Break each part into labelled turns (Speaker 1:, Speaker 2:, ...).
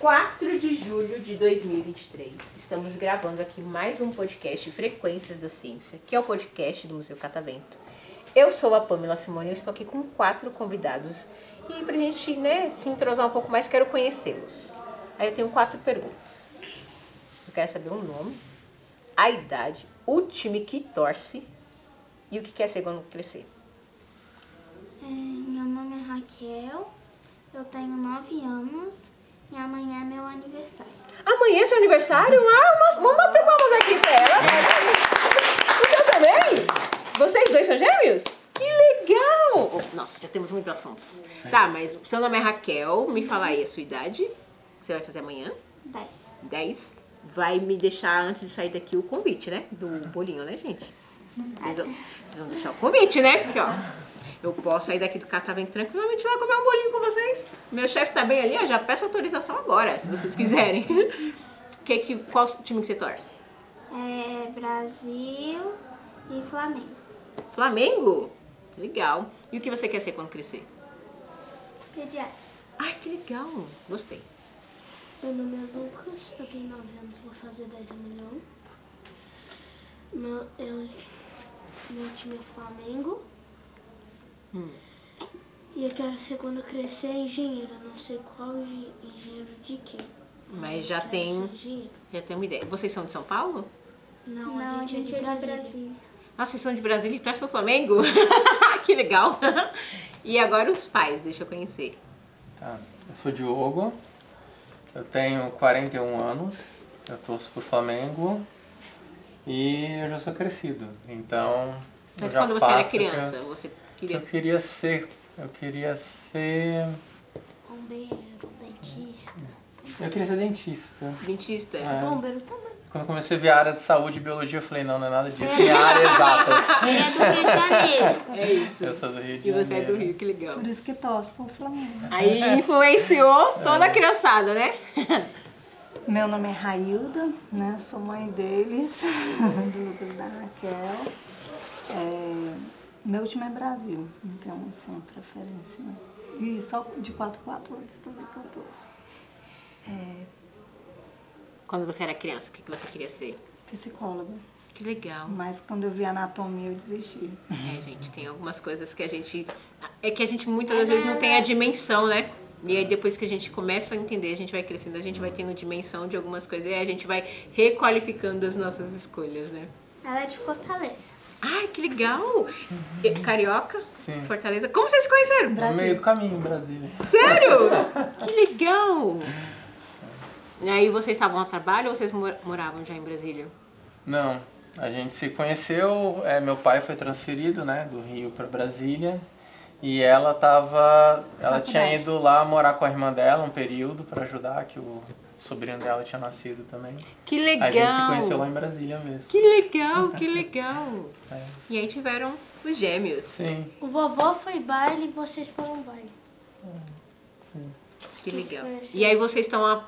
Speaker 1: 4 de julho de 2023. Estamos gravando aqui mais um podcast Frequências da Ciência, que é o podcast do Museu Catavento. Eu sou a Pamela Simone e estou aqui com quatro convidados. E pra gente né, se entrosar um pouco mais, quero conhecê-los. Aí eu tenho quatro perguntas. Eu quero saber o nome, a idade, o time que torce e o que quer ser quando crescer.
Speaker 2: É, meu nome é Raquel, eu tenho 9 anos e amanhã é meu aniversário.
Speaker 1: Amanhã é seu aniversário? Ah, nós vamos bater palmas aqui pra ela. O seu também? Vocês dois são gêmeos? Que legal! Nossa, já temos muitos assuntos. Tá, mas seu nome é Raquel, me fala aí a sua idade. o que Você vai fazer amanhã?
Speaker 2: 10.
Speaker 1: 10. Vai me deixar, antes de sair daqui, o convite, né? Do bolinho, né, gente? Vocês vão, vocês vão deixar o convite, né? Porque, ó, eu posso sair daqui do catavento tranquilamente lá comer um bolinho com vocês. Meu chefe tá bem ali, ó, já peço autorização agora, se vocês quiserem. que, que, qual time que você torce?
Speaker 2: É Brasil e Flamengo.
Speaker 1: Flamengo? Legal. E o que você quer ser quando crescer?
Speaker 2: Pediatra.
Speaker 1: Ai, que legal. Gostei.
Speaker 3: Meu nome é Lucas, eu tenho 9 anos, vou fazer 10 em milhão. Meu, eu, meu time é Flamengo.
Speaker 1: Hum.
Speaker 3: E eu quero ser quando crescer engenheiro, eu não sei qual engen- engenheiro de quem.
Speaker 1: Mas já
Speaker 3: Quero
Speaker 1: tem,
Speaker 3: ser engenheiro.
Speaker 1: já tem uma ideia. Vocês são de São Paulo?
Speaker 3: Não,
Speaker 2: Não,
Speaker 3: a gente, é de Brasília.
Speaker 1: Nossa, Ah, vocês são de Brasília então e torce pro Flamengo? que legal. e agora os pais, deixa eu conhecer.
Speaker 4: Tá, Eu sou Diogo, eu tenho 41 anos, eu torço pro Flamengo e eu já sou crescido, então. eu
Speaker 1: Mas
Speaker 4: já
Speaker 1: quando você era
Speaker 4: faço né? o que eu-
Speaker 1: criança, você
Speaker 4: o que
Speaker 1: queria
Speaker 4: Eu queria ser. Eu queria ser.
Speaker 3: Bombeiro, dentista.
Speaker 4: Eu queria ser dentista.
Speaker 1: ser dentista?
Speaker 4: É.
Speaker 2: Bombeiro também.
Speaker 4: Quando eu comecei a ver a área de saúde e biologia, eu falei, não, não é nada disso. É área exata.
Speaker 2: Ele é do Rio de Janeiro.
Speaker 1: É isso.
Speaker 4: Eu sou do Rio de
Speaker 1: E você é do
Speaker 4: Janeiro.
Speaker 1: Rio, que legal.
Speaker 5: Por isso que torce pro Flamengo.
Speaker 1: Aí influenciou toda a criançada, né?
Speaker 5: Meu nome é Railda, né? Sou mãe deles, do Lucas e da Raquel. É, meu time é Brasil, então assim, preferência. né? E só de 4 4 anos também que eu torço.
Speaker 1: Quando você era criança, o que que você queria ser?
Speaker 5: Psicóloga.
Speaker 1: Que legal.
Speaker 5: Mas quando eu vi anatomia eu desisti.
Speaker 1: É, gente, tem algumas coisas que a gente. É que a gente muitas das vezes não tem a dimensão, né? E aí depois que a gente começa a entender, a gente vai crescendo, a gente vai tendo dimensão de algumas coisas e aí a gente vai requalificando as nossas escolhas, né?
Speaker 2: Ela é de Fortaleza.
Speaker 1: Ai, que legal! E- Carioca?
Speaker 4: Sim.
Speaker 1: Fortaleza. Como vocês se conheceram?
Speaker 4: No meio do caminho, em Brasília.
Speaker 1: Sério? Que legal! E aí vocês estavam a trabalho ou vocês mor- moravam já em Brasília?
Speaker 4: Não, a gente se conheceu, é, meu pai foi transferido, né, do Rio para Brasília. E ela tava, ela tinha ido lá morar com a irmã dela um período para ajudar, que o sobrinho dela tinha nascido também.
Speaker 1: Que legal!
Speaker 4: A gente se conheceu lá em Brasília mesmo.
Speaker 1: Que legal, que legal!
Speaker 4: É.
Speaker 1: E aí tiveram os gêmeos.
Speaker 4: Sim,
Speaker 1: Hum.
Speaker 3: O vovô foi baile e vocês foram baile.
Speaker 4: sim.
Speaker 1: Que legal.
Speaker 3: Desconhecido.
Speaker 1: E aí vocês estão a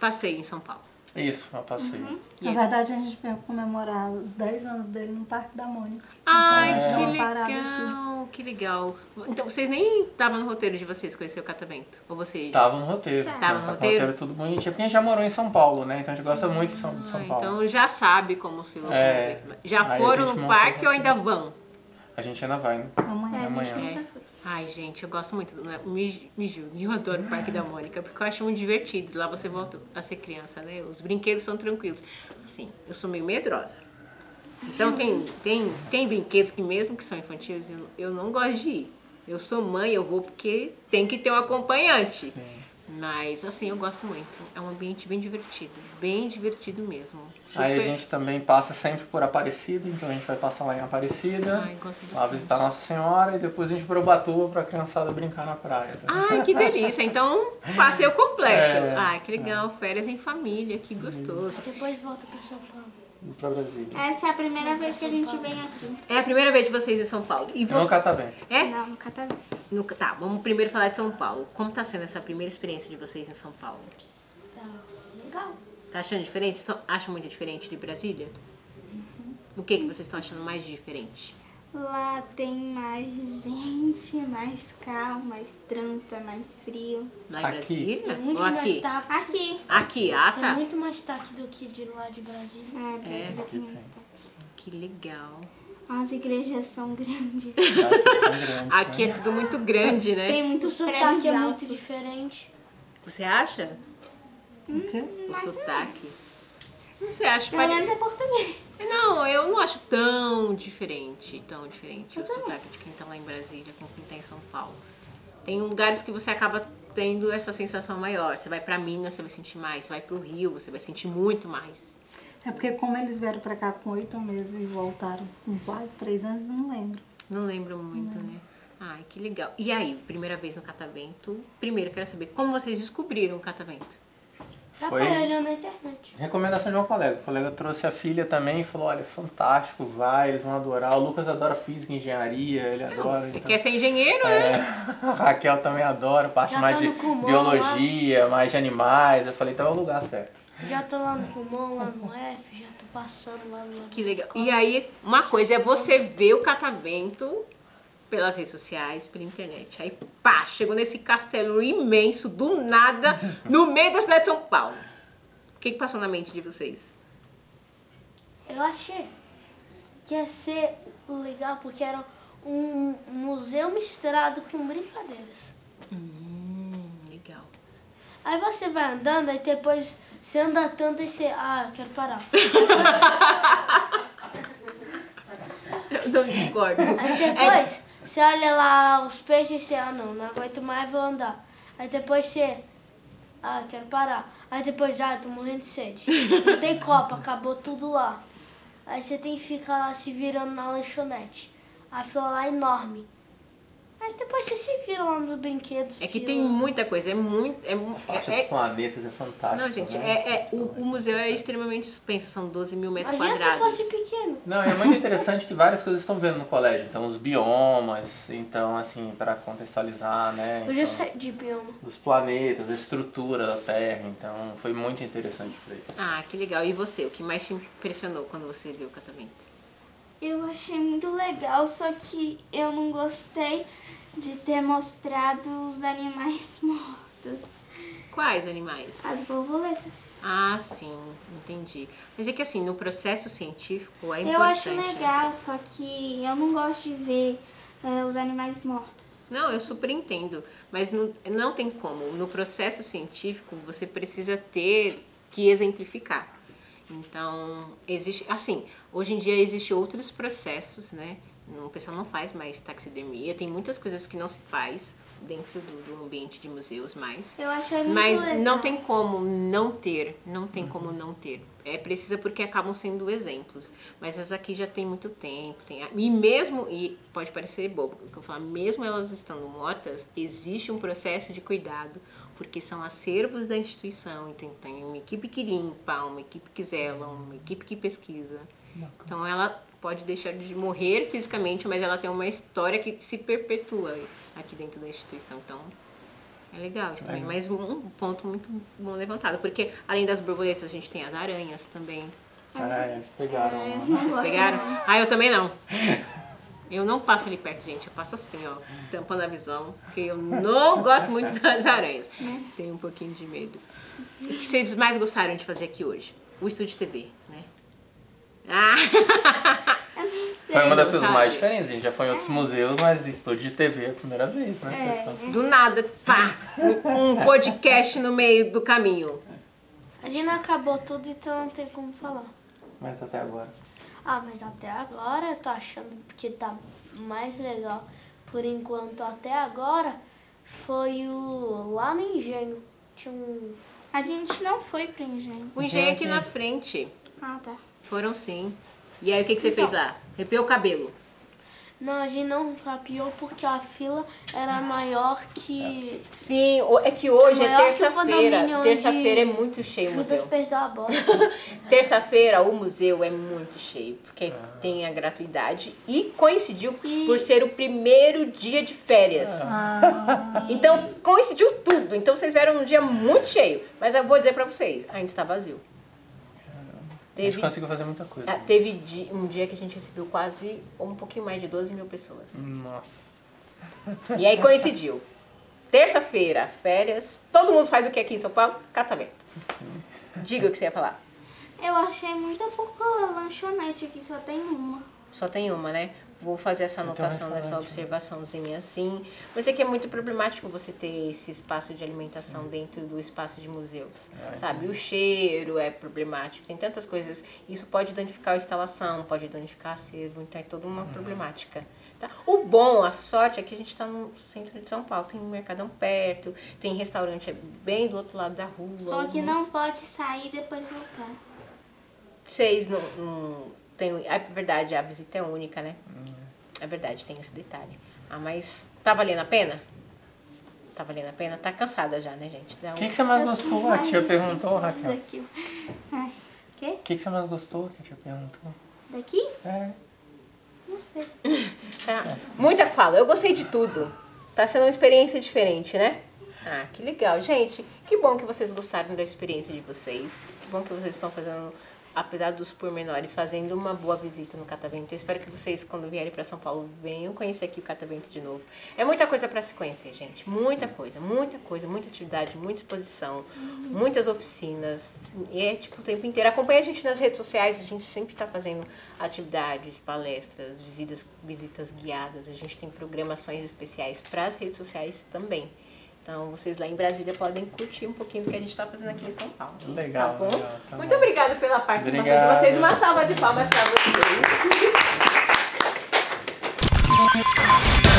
Speaker 1: passeio em São Paulo.
Speaker 4: Isso, eu passei.
Speaker 1: Uhum.
Speaker 5: Na verdade, a gente veio comemorar os 10 anos dele no Parque da Mônica.
Speaker 1: Ai,
Speaker 4: Tá.
Speaker 5: Então,
Speaker 1: que
Speaker 5: é uma parada
Speaker 1: legal, que legal. Então, vocês nem estavam no roteiro de vocês conhecer o catamento? Ou vocês?
Speaker 4: Tava no roteiro.
Speaker 1: Tá. Tava no
Speaker 4: com o
Speaker 1: roteiro?
Speaker 4: tudo bonitinho. Porque a gente já morou em São Paulo, né? Então a gente gosta muito de São, de
Speaker 1: Ah,
Speaker 4: São Paulo.
Speaker 1: então já sabe como se
Speaker 4: É.
Speaker 1: locomovem. Já
Speaker 4: Aí a
Speaker 1: foram
Speaker 4: gente
Speaker 1: no
Speaker 4: montou
Speaker 1: parque
Speaker 4: o
Speaker 1: ou ainda vão?
Speaker 4: A gente ainda vai, né?
Speaker 5: Amanhã.
Speaker 4: Amanhã.
Speaker 1: É. Ai, gente, eu gosto muito. Né? Me, me julguem, eu adoro o Parque da Mônica, porque eu acho muito divertido. Lá você volta a ser criança, né? Os brinquedos são tranquilos. Assim, eu sou meio medrosa. Então tem, tem, tem brinquedos que mesmo que são infantis, eu, eu não gosto de ir. Eu sou mãe, eu vou porque tem que ter um acompanhante. Mas assim, eu gosto muito. É um ambiente bem divertido. Bem divertido mesmo.
Speaker 4: Aí a
Speaker 1: Super-
Speaker 4: gente também passa sempre por Aparecida, então a gente vai passar lá em Aparecida,
Speaker 1: Ai, gosto
Speaker 4: lá
Speaker 1: bastante.
Speaker 4: visitar Nossa Senhora e depois a gente para Ubatuba pra criançada brincar na praia. tá?
Speaker 1: Ai, que delícia. Então, passeio completo.
Speaker 4: É,
Speaker 1: Ai, que legal. Férias em família, que gostoso.
Speaker 3: Depois volta pra São Paulo.
Speaker 4: E pra Brasília.
Speaker 2: Essa é a primeira vez que a gente vem aqui.
Speaker 1: É a primeira vez de vocês em São Paulo. E
Speaker 4: E no
Speaker 1: você...
Speaker 4: Catavento.
Speaker 1: É?
Speaker 2: Não, no Catavento.
Speaker 1: Nunca- Tá, vamos primeiro falar de São Paulo. Como tá sendo essa primeira experiência de vocês em São Paulo?
Speaker 3: Tá legal.
Speaker 1: Tá achando diferente? Estão- Acham muito diferente de Brasília?
Speaker 3: Uhum.
Speaker 1: O que, que vocês estão achando mais diferente?
Speaker 3: Ah,
Speaker 2: Lá tem mais gente, mais calmo, mais trânsito, é mais frio.
Speaker 1: Lá em
Speaker 4: Aqui.
Speaker 3: Tem
Speaker 1: Brasília?
Speaker 3: Tá muito Uhum.
Speaker 1: Ou
Speaker 3: mais
Speaker 1: aqui?
Speaker 3: táxi.
Speaker 2: Aqui.
Speaker 1: Aqui, ah
Speaker 3: Tem
Speaker 1: tá.
Speaker 3: É muito mais táxi do que de lá de Brasília.
Speaker 2: É, Brasília
Speaker 4: aqui
Speaker 2: tem
Speaker 4: tem.
Speaker 2: mais táxi.
Speaker 1: Que legal.
Speaker 2: As igrejas são grandes.
Speaker 4: é né?
Speaker 1: Aqui é tudo muito grande, né?
Speaker 2: tem
Speaker 3: O
Speaker 2: muitos prédios
Speaker 3: sotaque é muito
Speaker 2: altos.
Speaker 3: diferente.
Speaker 1: Você acha?
Speaker 5: O quê?
Speaker 1: O sotaque? Não sei, acho
Speaker 2: Pelo
Speaker 1: pare...
Speaker 2: menos é português.
Speaker 1: Não, eu não acho tão diferente, tão diferente o sotaque de quem tá lá em Brasília com quem tá em São Paulo. Tem lugares que você acaba tendo essa sensação maior. Você vai pra Minas, você vai sentir mais. Você vai pro Rio, você vai sentir muito mais.
Speaker 5: É porque como eles vieram pra cá com oito meses e voltaram com quase três anos, não lembro.
Speaker 1: Não lembro muito, né? Ai, que legal. E aí, primeira vez no Catavento. Primeiro, eu quero saber como vocês descobriram o Catavento.
Speaker 3: Papai
Speaker 4: Foi.
Speaker 3: olhou na internet.
Speaker 4: Recomendação de um colega. O colega trouxe a filha também e falou: olha, é fantástico, vai, eles vão adorar. O Lucas adora física, engenharia, ele adora.
Speaker 1: Você
Speaker 4: então-
Speaker 1: quer ser engenheiro, né?
Speaker 4: É, a Raquel também adora, parte
Speaker 3: Já
Speaker 4: mais
Speaker 3: tá
Speaker 4: de
Speaker 3: no pulmão,
Speaker 4: biologia, mais de animais. Eu falei, então é o lugar certo.
Speaker 3: Já tô lá no Kumon, lá no F, já tô passando lá no
Speaker 1: Que legal. E aí, uma coisa é você ver o catavento pelas redes sociais, pela internet. Aí, pá, chegou nesse castelo imenso, do nada, no meio da cidade de São Paulo. O que, que passou na mente de vocês?
Speaker 3: Eu achei que ia ser legal porque era um museu misturado com brincadeiras.
Speaker 1: Hum, legal.
Speaker 3: Aí você vai andando, aí depois você anda tanto e você. Ah, eu quero parar. Aí
Speaker 1: Eu não discordo.
Speaker 3: depois você olha lá os peixes e você. Ah, não, não aguento mais, vou andar. Aí depois você. Ah, eu quero parar. Aí depois, ah, tô morrendo de sede. Não tem copa, acabou tudo lá. Aí você tem que ficar lá se virando na lanchonete. A fila lá é enorme. Aí depois você se vira lá nos brinquedos.
Speaker 1: É, que
Speaker 3: fila.
Speaker 1: tem muita coisa, é muito. É, mu-
Speaker 4: Acho
Speaker 1: é-
Speaker 4: os planetas é fantástico.
Speaker 1: não, gente,
Speaker 4: né?
Speaker 1: é, é- o, o museu é extremamente expenso, são 12 mil metros
Speaker 3: Imagina se
Speaker 1: quadrados.
Speaker 3: fosse pequeno.
Speaker 4: Não, e é muito interessante que várias coisas estão vendo no colégio. Então, os biomas, então, assim, para contextualizar,
Speaker 2: É
Speaker 4: né?
Speaker 3: Hoje eu
Speaker 4: então,
Speaker 3: saí de bioma.
Speaker 4: os planetas, a estrutura da Terra. Então, foi muito interessante para isso.
Speaker 1: Ah, que legal. E você, o que mais te impressionou quando você viu o catavento?
Speaker 2: Eu achei muito legal, só que eu não gostei de ter mostrado os animais mortos.
Speaker 1: Quais animais?
Speaker 2: As borboletas.
Speaker 1: Ah, sim, entendi. Mas é que assim, no processo científico é
Speaker 2: Eu
Speaker 1: importante.
Speaker 2: acho
Speaker 1: né?
Speaker 2: legal, só que eu não gosto de ver eh, os animais mortos.
Speaker 1: Não, eu super entendo. Mas não, não tem como. No processo científico, você precisa ter que exemplificar. Então, existe. Assim, hoje em dia existem outros processos, né? Não- O pessoal não faz mais taxidermia, tem muitas coisas que não se faz dentro do, do ambiente de museus mais.
Speaker 2: Eu achei muito
Speaker 1: Mas
Speaker 2: legal.
Speaker 1: não tem como não ter, não tem como não ter. É precisa porque acabam sendo exemplos. Mas essas aqui já tem muito tempo. Tem, a- e mesmo, e pode parecer bobo, o que eu falo, mesmo elas estando mortas, existe um processo de cuidado, porque são acervos da instituição. Então tem uma equipe que limpa, uma equipe que zela, uma equipe que pesquisa. Então ela pode deixar de morrer fisicamente, mas ela tem uma história que se perpetua aqui dentro da instituição. Então é legal isso também, mas um ponto muito bom levantado, porque além das borboletas a gente tem as aranhas também.
Speaker 4: Ah, eles pegaram.
Speaker 2: Eu
Speaker 4: uma-
Speaker 2: não
Speaker 1: Vocês
Speaker 2: gosto
Speaker 1: pegaram? Ah, eu também não. Eu não passo ali perto, gente, eu passo assim, ó, tampando a visão, porque eu não gosto muito das aranhas. Tenho um pouquinho de medo. O que vocês mais gostaram de fazer aqui hoje? O estúdio TV, né? Ah!
Speaker 2: Eu não sei.
Speaker 4: Foi uma das
Speaker 1: não
Speaker 4: coisas
Speaker 1: sabe.
Speaker 4: mais diferentes. A gente já foi em outros museus, mas estúdio de TV é a primeira vez, né? pessoal?
Speaker 1: Do nada, pá! Um podcast no meio do caminho.
Speaker 3: Ali não acabou tudo, então não tem como falar.
Speaker 4: Mas até agora.
Speaker 3: Ah, mas até agora eu tô achando que tá mais legal. Por enquanto, até agora, foi o lá no engenho. Tinha um.
Speaker 2: A gente não foi pro engenho.
Speaker 1: O engenho aqui na frente.
Speaker 2: Ah, tá.
Speaker 1: Foram sim. E aí o que, que você fez lá? Arrepiou o cabelo.
Speaker 3: Não, a gente não rapiou porque a fila
Speaker 2: Ah.
Speaker 3: era maior que.
Speaker 1: Sim, o- é que hoje é
Speaker 3: Maior que o
Speaker 1: terça-feira.
Speaker 3: condomínio
Speaker 1: Terça-feira é
Speaker 3: onde
Speaker 1: muito cheio o
Speaker 3: um Judas
Speaker 1: museu.
Speaker 3: perdeu a bola.
Speaker 1: Terça-feira o museu é muito cheio, porque
Speaker 4: Ah.
Speaker 1: tem a gratuidade e coincidiu por ser o primeiro dia de férias.
Speaker 4: Ah.
Speaker 3: Ah.
Speaker 1: Então coincidiu tudo. Então vocês vieram num dia muito cheio. Mas eu vou dizer pra vocês, ainda está vazio.
Speaker 4: A gente
Speaker 1: tá Teve,
Speaker 4: tá conseguiu fazer muita coisa.
Speaker 1: ah, teve di- um dia que a gente recebeu quase um pouquinho mais de 12 mil pessoas.
Speaker 4: Nossa.
Speaker 1: E aí coincidiu. Terça-feira, férias, todo mundo faz o que aqui em São Paulo? Catamento. Diga o que você ia falar.
Speaker 2: Eu achei muita pouca lanchonete aqui, só tem uma.
Speaker 1: Só tem uma, né? Vou fazer essa anotação,
Speaker 4: restaurante,
Speaker 1: essa
Speaker 4: né?
Speaker 1: observaçãozinha assim. Mas é que é muito problemático você ter esse espaço de alimentação dentro do espaço de museus, sabe? O cheiro é problemático, tem tantas coisas. Isso pode danificar a instalação, pode danificar acervo, então é toda uma problemática. Tá? O bom, a sorte é que a gente está no centro de São Paulo, tem um mercadão perto, tem restaurante bem do outro lado da rua.
Speaker 2: Só que
Speaker 1: um-
Speaker 2: não pode sair e depois voltar.
Speaker 1: Vocês não, não tem, é verdade, a visita é única, né? É verdade, tem esse detalhe. Ah, mas tá valendo a pena? Tá valendo a pena? Tá cansada já, né, gente? Dá um-
Speaker 4: O que, que você
Speaker 2: é
Speaker 4: mais gostou? A tia perguntou, Raquel.
Speaker 2: Daqui. Ai, Quê?
Speaker 4: O que, que você mais gostou? Que a tia perguntou.
Speaker 2: Daqui?
Speaker 4: É.
Speaker 2: Não sei.
Speaker 1: Tá. Muita fala, eu gostei de tudo. Tá sendo uma experiência diferente, né? Ah, que legal. Gente, que bom que vocês gostaram da experiência de vocês. Que bom que vocês estão fazendo, apesar dos pormenores, fazendo uma boa visita no Catavento. Eu espero que vocês, quando vierem para São Paulo, venham conhecer aqui o Catavento de novo. É muita coisa para se conhecer, gente. Muita coisa, muita coisa, muita atividade, muita exposição, muitas oficinas. E é tipo o tempo inteiro. Acompanha a gente nas redes sociais, a gente sempre está fazendo atividades, palestras, visitas, visitas guiadas. A gente tem programações especiais para as redes sociais também. Então, vocês lá em Brasília podem curtir um pouquinho do que a gente está fazendo aqui em São Paulo.
Speaker 4: Legal,
Speaker 1: Tá bom?
Speaker 4: legal, tá
Speaker 1: Muito
Speaker 4: bom.
Speaker 1: obrigada pela participação
Speaker 4: Obrigado.
Speaker 1: de vocês. Uma salva de palmas para vocês.